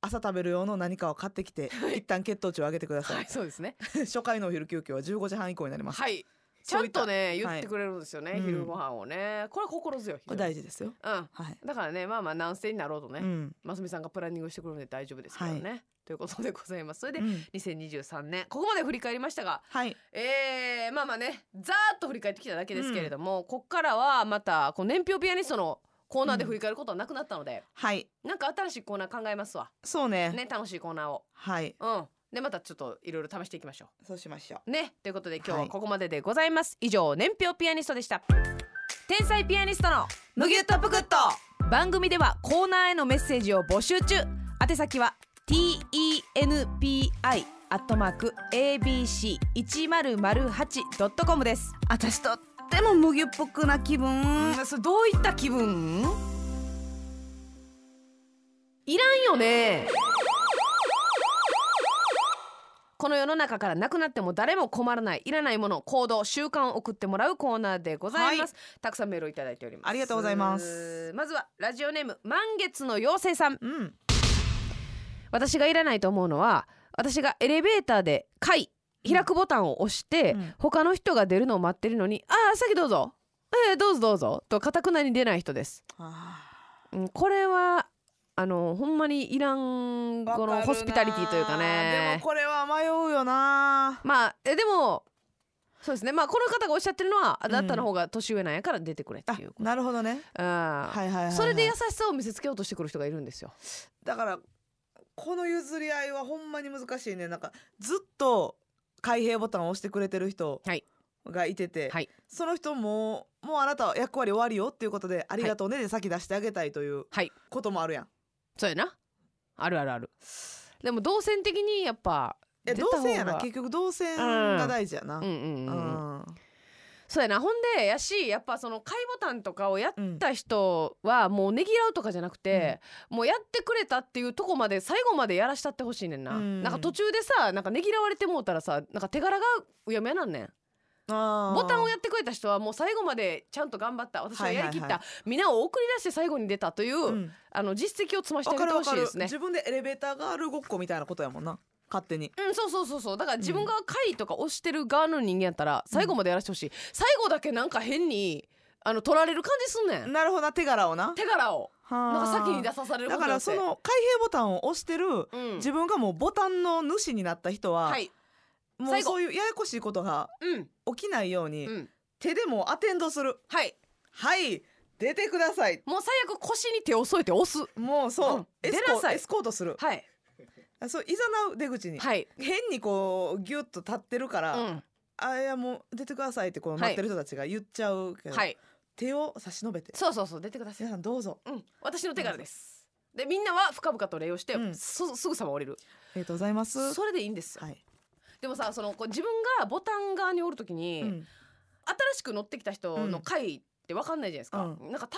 S3: 朝食べる用の何かを買ってきて、一旦血糖値を上げてください、
S2: はいそうですね。
S3: (laughs) 初回のお昼休憩は15時半以降になります、
S2: はいちゃ
S3: そうい
S2: ん
S3: った
S2: とね
S3: は
S2: 言
S3: い
S2: ってくれるんですよね、
S3: うん
S2: 昼ご飯をねこれは心強い。
S3: これ大事ですよ
S2: うん
S3: はい、
S2: だからねまあまあ何世になろうとね、
S3: うん
S2: ますみさんがプランニングしてくれるので大丈夫ですからね。ということでございます。それで、
S3: うん
S2: 2023年ここまで振り返りましたが、
S3: はい
S2: えー、まあまあねざーっと振り返ってきただけですけれども、こっからはまたこう年表ピアニストのコーナーで振り返ることはなくなったので、
S3: はい
S2: なんか新しいコーナー考えますわ
S3: そうね
S2: ね楽しいコーナーを。
S3: はい
S2: うん、でまたちょっといろいろ試していきましょ
S3: そうしましょう
S2: う。ねということで今日
S3: は
S2: はいここまででございます。以上年表ピアニストでした。天才ピアニストの
S3: むぎゅっとぷくっと
S2: 番組ではコーナーへのメッセージを募集中。宛先は T E N P I アットマーク A B C 一0 0 8ドットコムです。
S3: 私とってもむぎゅっぽくな気分
S2: うん、それどういった気分？いらんよね。この世の中からなくなっても誰も困らないいらないもの行動習慣を送ってもらうコーナーでございます、たくさんメールをいただいております
S3: ありがとうございます
S2: まずはラジオネーム満月の妖精さん
S3: うん
S2: 私がいらないと思うのは私がエレベーターで階開くボタンを押して、
S3: うん
S2: 他の人が出るのを待ってるのに「ああ先どうぞ」えーどうぞどうぞ」とかたくなに出ない人です、
S3: あ
S2: うん、これはあのほんまにいらん
S3: ー
S2: このホスピタリティというか
S3: で
S2: ね
S3: もこれは迷うよな
S2: まあえでもそうですねまあこの方がおっしゃってるのは、あ
S3: うん
S2: だったの方が年上なんやから出てくれっていうこと
S3: なるほどね
S2: あー
S3: はいはいはい、はい、
S2: それで優しさを見せつけようとしてくる人がいるんですよ。
S3: だからこの譲り合いはほんまに難しいねなんかずっと開閉ボタンを押してくれてる人
S2: はい
S3: がいてて、
S2: はい
S3: その人ももうあなたは役割終わりよっていうことでありがとうねで先出してあげたいという
S2: はい
S3: こともあるやん、
S2: そうやなあるあるある。でも動線的にやっぱ
S3: え
S2: 出
S3: 動
S2: た方が
S3: 線やな結局動線が大事やな、
S2: うんうんうんうん、
S3: うん
S2: そうやなほんでやしやっぱその買いボタンとかをやった人はもうねぎらうとかじゃなくて、もうやってくれたっていうとこまで最後までやらしたってほしいねんな、
S3: うん
S2: なんか途中でさなんかねぎらわれてもうたらさなんか手柄がうやむやなんねん
S3: あー
S2: ボタンをやってくれた人はもう最後までちゃんと頑張った私はやりきった、
S3: はいはいは
S2: 皆を送り出して最後に出たという、
S3: うん
S2: あの実績を積ましてあ
S3: わか
S2: げて
S3: る
S2: ほ
S3: わ
S2: し
S3: か
S2: い
S3: る
S2: ですね
S3: 自分でエレベーターがあるごっこみたいなことやもんな勝手に
S2: うん、そうそうそうそうだから自分が会とか押してる側の人間やったら最後までやらしてほしい、最後だけなんか変にあの取られる感じすんねん
S3: なるほどな手柄をな
S2: 手柄を
S3: は
S2: なん
S3: あ
S2: か先に出さされるこ
S3: だ
S2: と
S3: からその開閉ボタンを押してる、
S2: うん
S3: 自分がもうボタンの主になった人は、
S2: はい
S3: もう
S2: 最後
S3: そういうややこしいことが
S2: うん
S3: 起きないように、
S2: うん
S3: 手でもアテンドする
S2: はい
S3: はい出てください
S2: もう最悪腰に手を添えて押す
S3: もうそう、
S2: うん
S3: エス
S2: 出な
S3: コ
S2: さい
S3: エスコートする
S2: はい
S3: あそういざなう出口に、
S2: はい
S3: 変にこうギュッと立ってるか
S2: う
S3: ら、
S2: ん
S3: あいやもう出てくださいってこの
S2: はい
S3: 待ってる人たちが言っちゃうけど、
S2: はい
S3: 手を差し伸べて
S2: そうそうそう出てください
S3: 皆さんどうぞ
S2: うん私の手柄ですでみんなは深々と礼をして、
S3: うん
S2: すすぐさま降りる
S3: ありがとうございます
S2: それでいいんですよ、
S3: はい、
S2: でもさそのこう自分がボタン側におるときに、
S3: うん
S2: 新しく乗ってきた人の回って分かんないじゃないですか、なんかたまに甘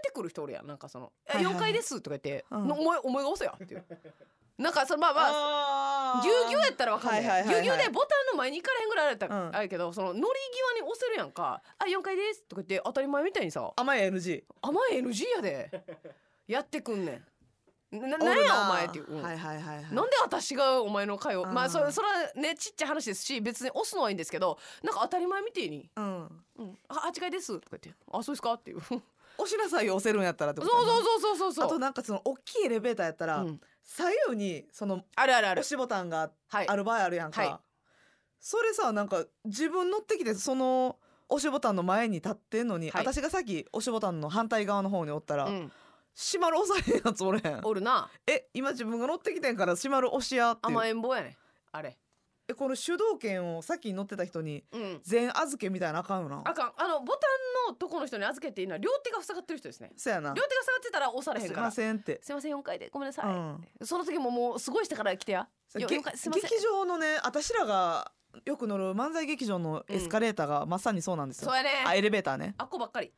S2: えてくる人おるやんなんかその「
S3: はいはい
S2: 4階です」とか言って「
S3: うん
S2: のお前お前が押せや」っていうなんかそのまあまあ
S3: あ
S2: ぎゅうぎゅうやったらわかんない,、
S3: はいはいはいはい
S2: ぎゅうぎゅうでボタンの前に行かれへんぐらいあれた
S3: う
S2: ら
S3: ん
S2: あれやけど、その乗り際に押せるやんか「あ四4階です」とか言って当たり前みたいにさ
S3: 甘い NG
S2: 甘え NG やでやってくんねん。な
S3: おる
S2: なんや
S3: な
S2: お前っていう、うん
S3: はいはいはいはい
S2: なんで私がお前の会を
S3: あー
S2: まあそそれはねちっちゃい話ですし別に押すのはいいんですけどなんか当たり前みてえに
S3: うん
S2: 「うん、ああ違いです」とか言って「あそうですか?」っていうそう
S3: 押しなさいよ押せるんやったらって
S2: そ
S3: こ
S2: う
S3: とやな
S2: そうそうそうそう
S3: あとなんかその大きいエレベーターやったら、
S2: うん
S3: 左右にその
S2: あるあるある
S3: 押しボタンが
S2: はい
S3: ある場合あるやんか、
S2: はい
S3: それさなんか自分乗ってきてその押しボタンの前に立ってんのに、
S2: はい
S3: 私がさっき押しボタンの反対側の方におったら、
S2: うん、
S3: 閉まる押さへんやつおれへん
S2: おるな
S3: え今自分が乗ってきてんから閉まる押しやっていう
S2: 甘えん坊やねんあれ
S3: えこの主導権をさっき乗ってた人に
S2: うん
S3: 全預けみたいなあかんよな
S2: あかんあのボタンのとこの人に預けていいのは両手が塞がってる人ですね
S3: そやな
S2: 両手が塞がってたら押されへん
S3: すい
S2: か
S3: ま
S2: ら
S3: せんって
S2: すいません4回でごめんなさい、
S3: うん
S2: その時ももうすごい下から来てや
S3: げ
S2: よ
S3: 劇
S2: 4回すいません
S3: 場のね私らがよく乗る漫才劇場のエスカレーターがまさにそうなんですよ、
S2: そうやね
S3: あエレベーターね
S2: あっこばっかり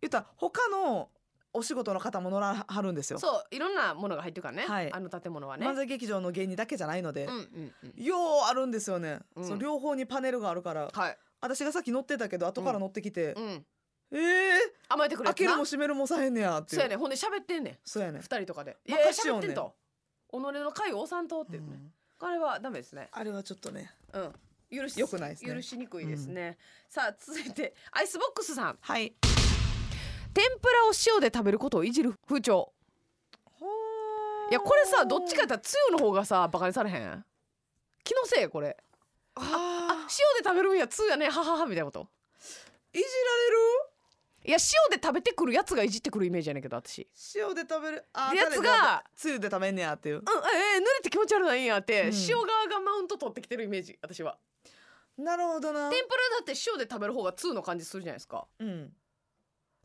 S3: 言ったら他のお仕事の方も乗らはるんですよ、
S2: そういろんなものが入ってるからね、
S3: はい
S2: あの建物はね
S3: 漫才劇場の芸人だけじゃないので
S2: うん、うんうん
S3: ようあるんですよね、
S2: うん
S3: そう両方にパネルがあるから
S2: はい
S3: 私がさっき乗ってたけど後から乗ってきて
S2: う、ん
S3: え
S2: 甘えてく
S3: ー、
S2: れや
S3: 開
S2: つ
S3: ける
S2: な
S3: も閉めるもさへんねやって
S2: そ
S3: い
S2: ううやねほんで喋ってんねん
S3: そうやね
S2: 二人とかで「い
S3: 任
S2: やいや
S3: しよ
S2: 喋
S3: う
S2: っ
S3: ね
S2: てん」と「己の会を押さんと」っていうね、
S3: うん
S2: これはダメですね
S3: あれはちょっとね
S2: うん許し
S3: 良くないですね
S2: 許しにくいですね、さあ続いてアイスボックスさん
S3: はい
S2: 天ぷらを塩で食べることをいじる風潮
S3: ほー
S2: いやこれさどっちかやったらつゆの方がさバカにされへん気のせいこれあ塩
S3: あ
S2: で食べるんやつゆやねはははみたいなこと
S3: ーいじ
S2: いや塩で食べてくるやつがいじってくるイメージやねんけど私
S3: られる塩で食べるあー
S2: やつが
S3: 誰だつゆで食べんねやっていう
S2: うんええ濡れて気持ち悪ないんやって、
S3: うん
S2: 塩側がマウント取ってきてるイメージ私は
S3: なるほどな
S2: 天ぷらだって塩で食べる方が通の感じするじゃないですか
S3: うん (laughs)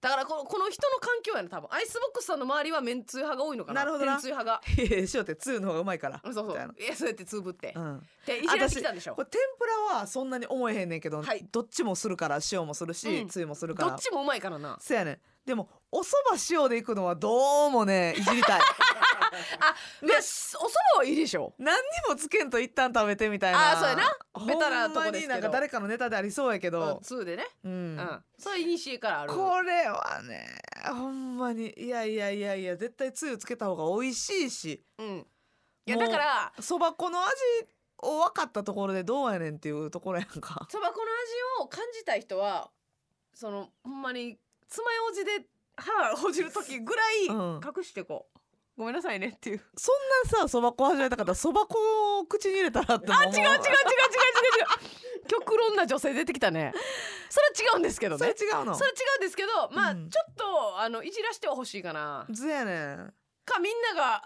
S2: だからこのこの人の環境やね多分アイスボックスさんの周りはめんつゆ派が多いのかな
S3: なるほどな
S2: めんつゆ派が
S3: いやいや塩ってつゆの方がうまいから
S2: うんそうそう
S3: みたいない
S2: やそうやってつぶって、
S3: う
S2: っ
S3: ん
S2: ていじられてきたんでしょ
S3: これ天ぷらはそんなに思えへんねんけど、
S2: はい
S3: どっちもするから塩もするし、
S2: うん
S3: つゆもするか
S2: ど
S3: ら
S2: っちもうまいからな
S3: せやねんでもお蕎麦塩で行くのはどうもね
S2: (laughs)
S3: いじりたい
S2: まあ、すお蕎麦はいいでしょ
S3: 何にもつけんと一旦食べてみたいな
S2: あーそうやなベタなとこですけど
S3: ほんまになんか誰かのネタでありそうやけ
S2: うん
S3: ど、
S2: 通でね
S3: うん
S2: うん、それいにしえからある
S3: これはねほんまにいやいやいやいや絶対つゆつけた方が美味しいし
S2: うんいや
S3: もう
S2: だから
S3: そば粉の味を分かったところでどうやねんっていうところやんか
S2: そば粉の味を感じた人はそのほんまに爪楊枝で歯ほじる時ぐらい
S3: うん
S2: 隠してこう、ごめんなさいねって
S3: (laughs)
S2: いう
S3: そんなさ (laughs) そば粉始めたかったらそば粉を口に入れたらってあ
S2: あ違う違う違う違う違う違う極論な女性出てきたねそれは違うんですけど
S3: それ
S2: ね
S3: 違うの
S2: それ違うんですけどまあ、
S3: うん
S2: ちょっとあのいじらしてはほしいかな
S3: ずやねん
S2: かみんなが「あ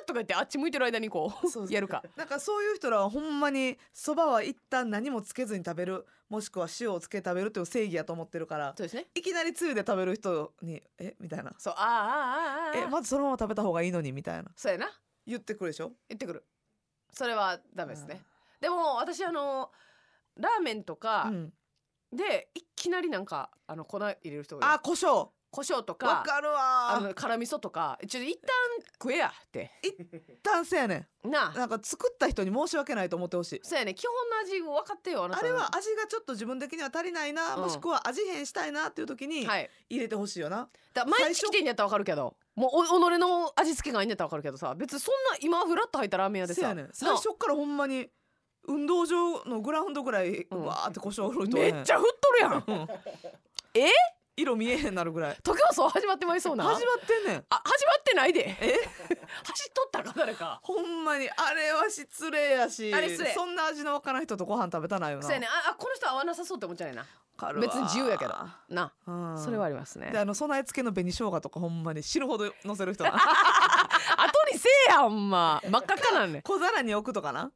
S2: あ」とか言ってあっち向いてる間にこう
S3: そうそう
S2: やるか
S3: なんかそういう人らはほんまにそばは一旦何もつけずに食べるもしくは塩をつけて食べるという正義やと思ってるから
S2: そうですね
S3: いきなりつゆで食べる人に「えみたいな
S2: そうああああああ
S3: 「えまずそのまま食べた方がいいのに」みたいな
S2: そうやな
S3: 言ってくるでしょ
S2: 言ってくるそれはダメですね、でも私あのラーメンと
S3: う
S2: か
S3: ん、
S2: でいきなりなんかあの粉入れる人がい
S3: あ
S2: る
S3: 胡椒
S2: 胡椒とか
S3: わかる
S2: あ
S3: わ
S2: の辛味噌とかちょっと一旦食えやって
S3: 男性やね
S2: なんあ
S3: なんか作った人に申し訳ないと思ってほしい
S2: そうやね基本の味を分かってよあな
S3: あ
S2: た
S3: れは味がちょっと自分的には足りないな、
S2: うん
S3: もしくは味変したいなっていう時に
S2: はい
S3: 入れてほしいよな、
S2: だから毎日来てんやったら分かるけどもうお己の味付けがいいんやったらわかるけどさ別にそんな今フラッと入ったラーメン屋で
S3: せや
S2: さ
S3: ねん最初っからほんまに運動場のグラウンドぐらい
S2: うん
S3: わーって胡椒振ると、
S2: めっちゃ振っとるやん
S3: 色見えへんなるぐらい
S2: 時放送始まってまいそうな
S3: 始まってんねん
S2: あ始まってないで
S3: え
S2: (laughs) 走っとったか誰か
S3: ほんまにあれは失礼やし
S2: あれ失礼
S3: そんな味のわからん人とご飯食べたないよな
S2: そうやねんああこの人合わなさそうって思っちゃうねんな
S3: わかるわ
S2: 別に自由やけどな、
S3: うん
S2: それはありますね
S3: であの備え付けの紅生姜とかほんまに死ぬほど乗せる
S2: (laughs)
S3: 人な
S2: 後にせえやほんま真っ赤っか (laughs) なんね
S3: 小皿に置くとかな、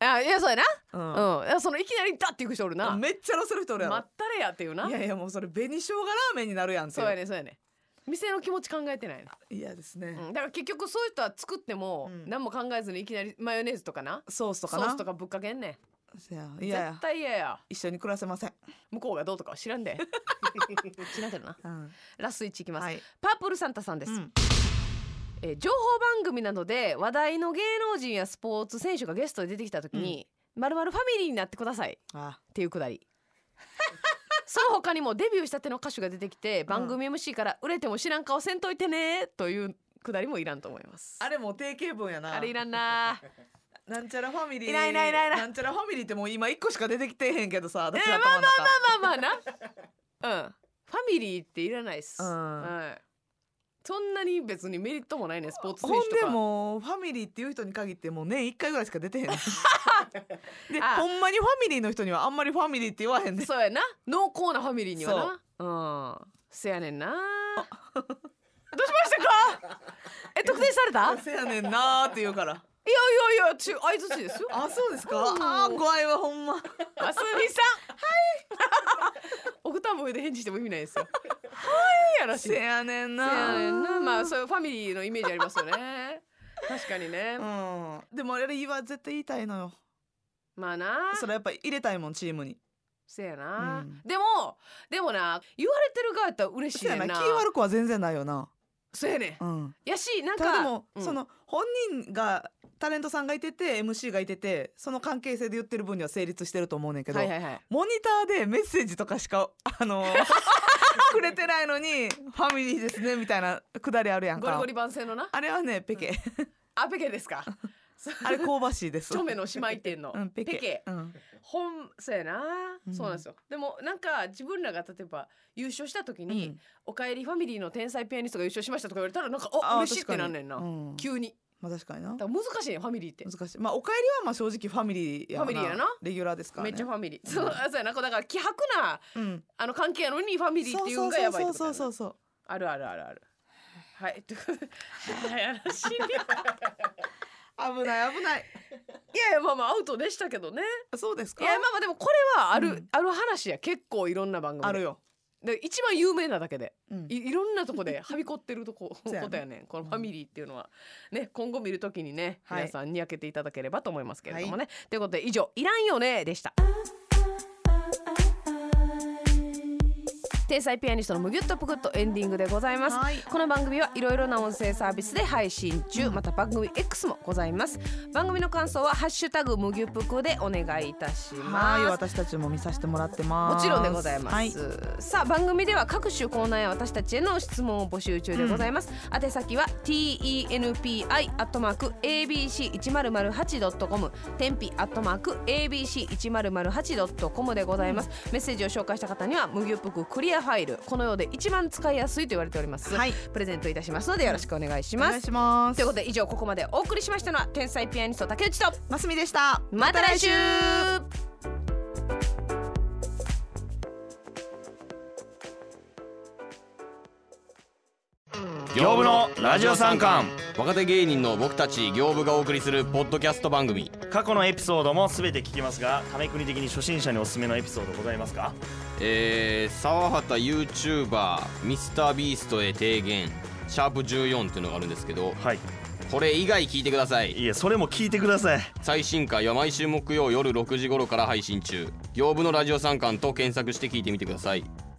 S2: あいやそうやな
S3: うん
S2: うん、いやそのいきなりダッていく人おるな。
S3: めっちゃ乗せる人おるやろ
S2: まったれやっていうな。
S3: いやいやもうそれ紅生姜ラーメンになるやんってい
S2: そうやねそうやね。店の気持ち考えてないな。
S3: 嫌ですね、
S2: うん、だから結局そういう人は作っても
S3: うん
S2: 何も考えずにいきなりマヨネーズとかな。
S3: ソースとか
S2: ソ
S3: な
S2: ースとかぶっかけんね
S3: いや
S2: ん。
S3: いや
S2: 絶対嫌や。
S3: 一緒に暮らせません、
S2: 向こうがどうとかは知ら
S3: (laughs)
S2: んで。知らんけどな。
S3: うん
S2: ラスト1いきます、
S3: はい、
S2: パープルサンタさんです、
S3: うん
S2: えー情報番組などで話題の芸能人やスポーツ選手がゲストで出てきた時に、まるまるファミリーになってください。
S3: あ
S2: っていうく
S3: (laughs)
S2: だりその他にもデビューしたての歌手が出てきて番組 MC から「売れても知らん顔せんといてね」というくだりもいらんと思います
S3: あれもう定型文やな
S2: あれいらんな
S3: なんちゃらファミリー
S2: いないいないいないいない
S3: んちゃらファミリーってもう今一個しか出てきてへんけどさ
S2: え
S3: 私
S2: ー
S3: の頭の
S2: ま
S3: 中、
S2: あまあ (laughs) なうんファミリーっていらないっす、
S3: うん
S2: はい、そんなに別にメリットもないねスポーツ選
S3: ほん
S2: 手とか
S3: でもうファミリーっていう人に限ってもう年1回ぐらいしか出
S2: (laughs)
S3: てへん (laughs) で
S2: あ
S3: ほんまにファミリーの人にはあんまりファミリーって言わへんで
S2: そうやな濃厚なファミリーにはなうんせやねんな (laughs) どうしましたか (laughs) え特定されたいやい
S3: せやねんなーって言うから
S2: やいやち相槌ですよ
S3: あそうですかあー怖いわほんま
S2: ますみさ (laughs) ん。はい。オクターブ上で返事しても意味ないですよ。はい、やらしい。
S3: せやねんな
S2: せやねんなまあ、
S3: う
S2: そういうファミリーのイメージありますよね。確かにね。
S3: んでもあれ言わ絶対言いたいのよ
S2: まあな。
S3: それやっぱ入れたいもんチームに
S2: せやな、
S3: うん
S2: でも、でもな、言われてる側やったら嬉しい
S3: せ
S2: ね
S3: や
S2: ん
S3: な
S2: な。
S3: 気悪くは全然ないよな
S2: そうやねん。
S3: うん
S2: やし、なん
S3: ただ
S2: か。
S3: でも、
S2: うん
S3: そ。の本人がタレントさんがいてて MC がいててその関係性で言ってる分には成立してると思うねんけど、
S2: はいはいはい。
S3: モニターでメッセージとかしか
S2: (laughs)
S3: あのくれてないのに「ファミリーですね」みたいなくだりあるやん
S2: ゴリ
S3: か
S2: ゴリ番宣のな。
S3: あれはねペケ
S2: あ、ペケです
S3: (laughs)
S2: か。
S3: あれ香ばしいです
S2: (laughs) チョメの姉妹店の。
S3: うん、ペケうん、
S2: ほん、そうやな、
S3: うん
S2: そうなんですよ。でも、なんか、自分らが例えば、優勝した時に。
S3: うん
S2: おかえりファミリーの天才ピアニストが優勝しましたとか言われたらなんか
S3: あー
S2: あ嬉しいって
S3: 確か
S2: な
S3: に
S2: んねんな、
S3: うん
S2: 急に
S3: まあ確かにな
S2: だから難しいねファミリーって
S3: 難しいまあお帰りはまあ正直ファミリーやわ
S2: ファミリーやな
S3: レギュラーですから
S2: め
S3: ね
S2: っちゃフ
S3: ァ
S2: ァミリー、そうあそうやなこうだから希薄な
S3: うん
S2: あの関係やのにファミリーっていうのがやばいっ
S3: そ
S2: てこと
S3: うそ
S2: や
S3: う
S2: な
S3: そうそう
S2: あるあるあるあるはいということで
S3: (laughs)
S2: やらしいね (laughs)
S3: 危ない危ない
S2: いやいやまあまあアウトでしたけどね
S3: そうです
S2: い
S3: か
S2: やまあまあでもこれはある、
S3: うん
S2: ある話や結構いろんな番組で
S3: あるよ、
S2: で一番有名なだけで
S3: うん
S2: いいろんなとこではびこってるとこ
S3: (laughs) そうやね
S2: ことやねんこのファミリーっていうのはね今後見るときにね、
S3: はい
S2: 皆さんにやけていただければと思いますけれどもね、ということで以上「いらんよね」でした。天才ピアニストのむぎゅっとぷくっとエンディングでございます、
S3: はい
S2: この番組はいろいろな音声サービスで配信中また番組 X もございます番組の感想は「ハッシュタグむぎゅぷく」でお願いいたしま
S3: はい
S2: す
S3: 私たちも見させてもらってます
S2: もちろんでございます、
S3: はい
S2: さあ番組では各種コーナーや私たちへの質問を募集中でございます、宛先は tenpi.abc1008.com 天日 .abc1008.com でございます、メッセージを紹介した方には無牛服クリアファイルこの世で一番使いやすいと言われております、
S3: はい
S2: プレゼントいたしますのでよろしくお願いし
S3: お
S2: ます,、
S3: 願いします
S2: ということで以上ここまでお送りしましたのは天才ピアニスト竹内と
S3: ますみでした
S2: また来週
S5: 業務のラジオ三冠
S6: 若手芸人の僕たち行部がお送りするポッドキャスト番組
S5: 過去のエピソードも全て聞きますがため国的に初心者におすすめのエピソードございますか
S6: えー、沢畑 YouTuber ミスタービーストへ提言シャープ14っていうのがあるんですけど
S5: はい
S6: これ以外聞いてください
S5: いえそれも聞いてください
S6: 最新回は毎週木曜夜6時頃から配信中行部のラジオ三冠と検索して聞いてみてください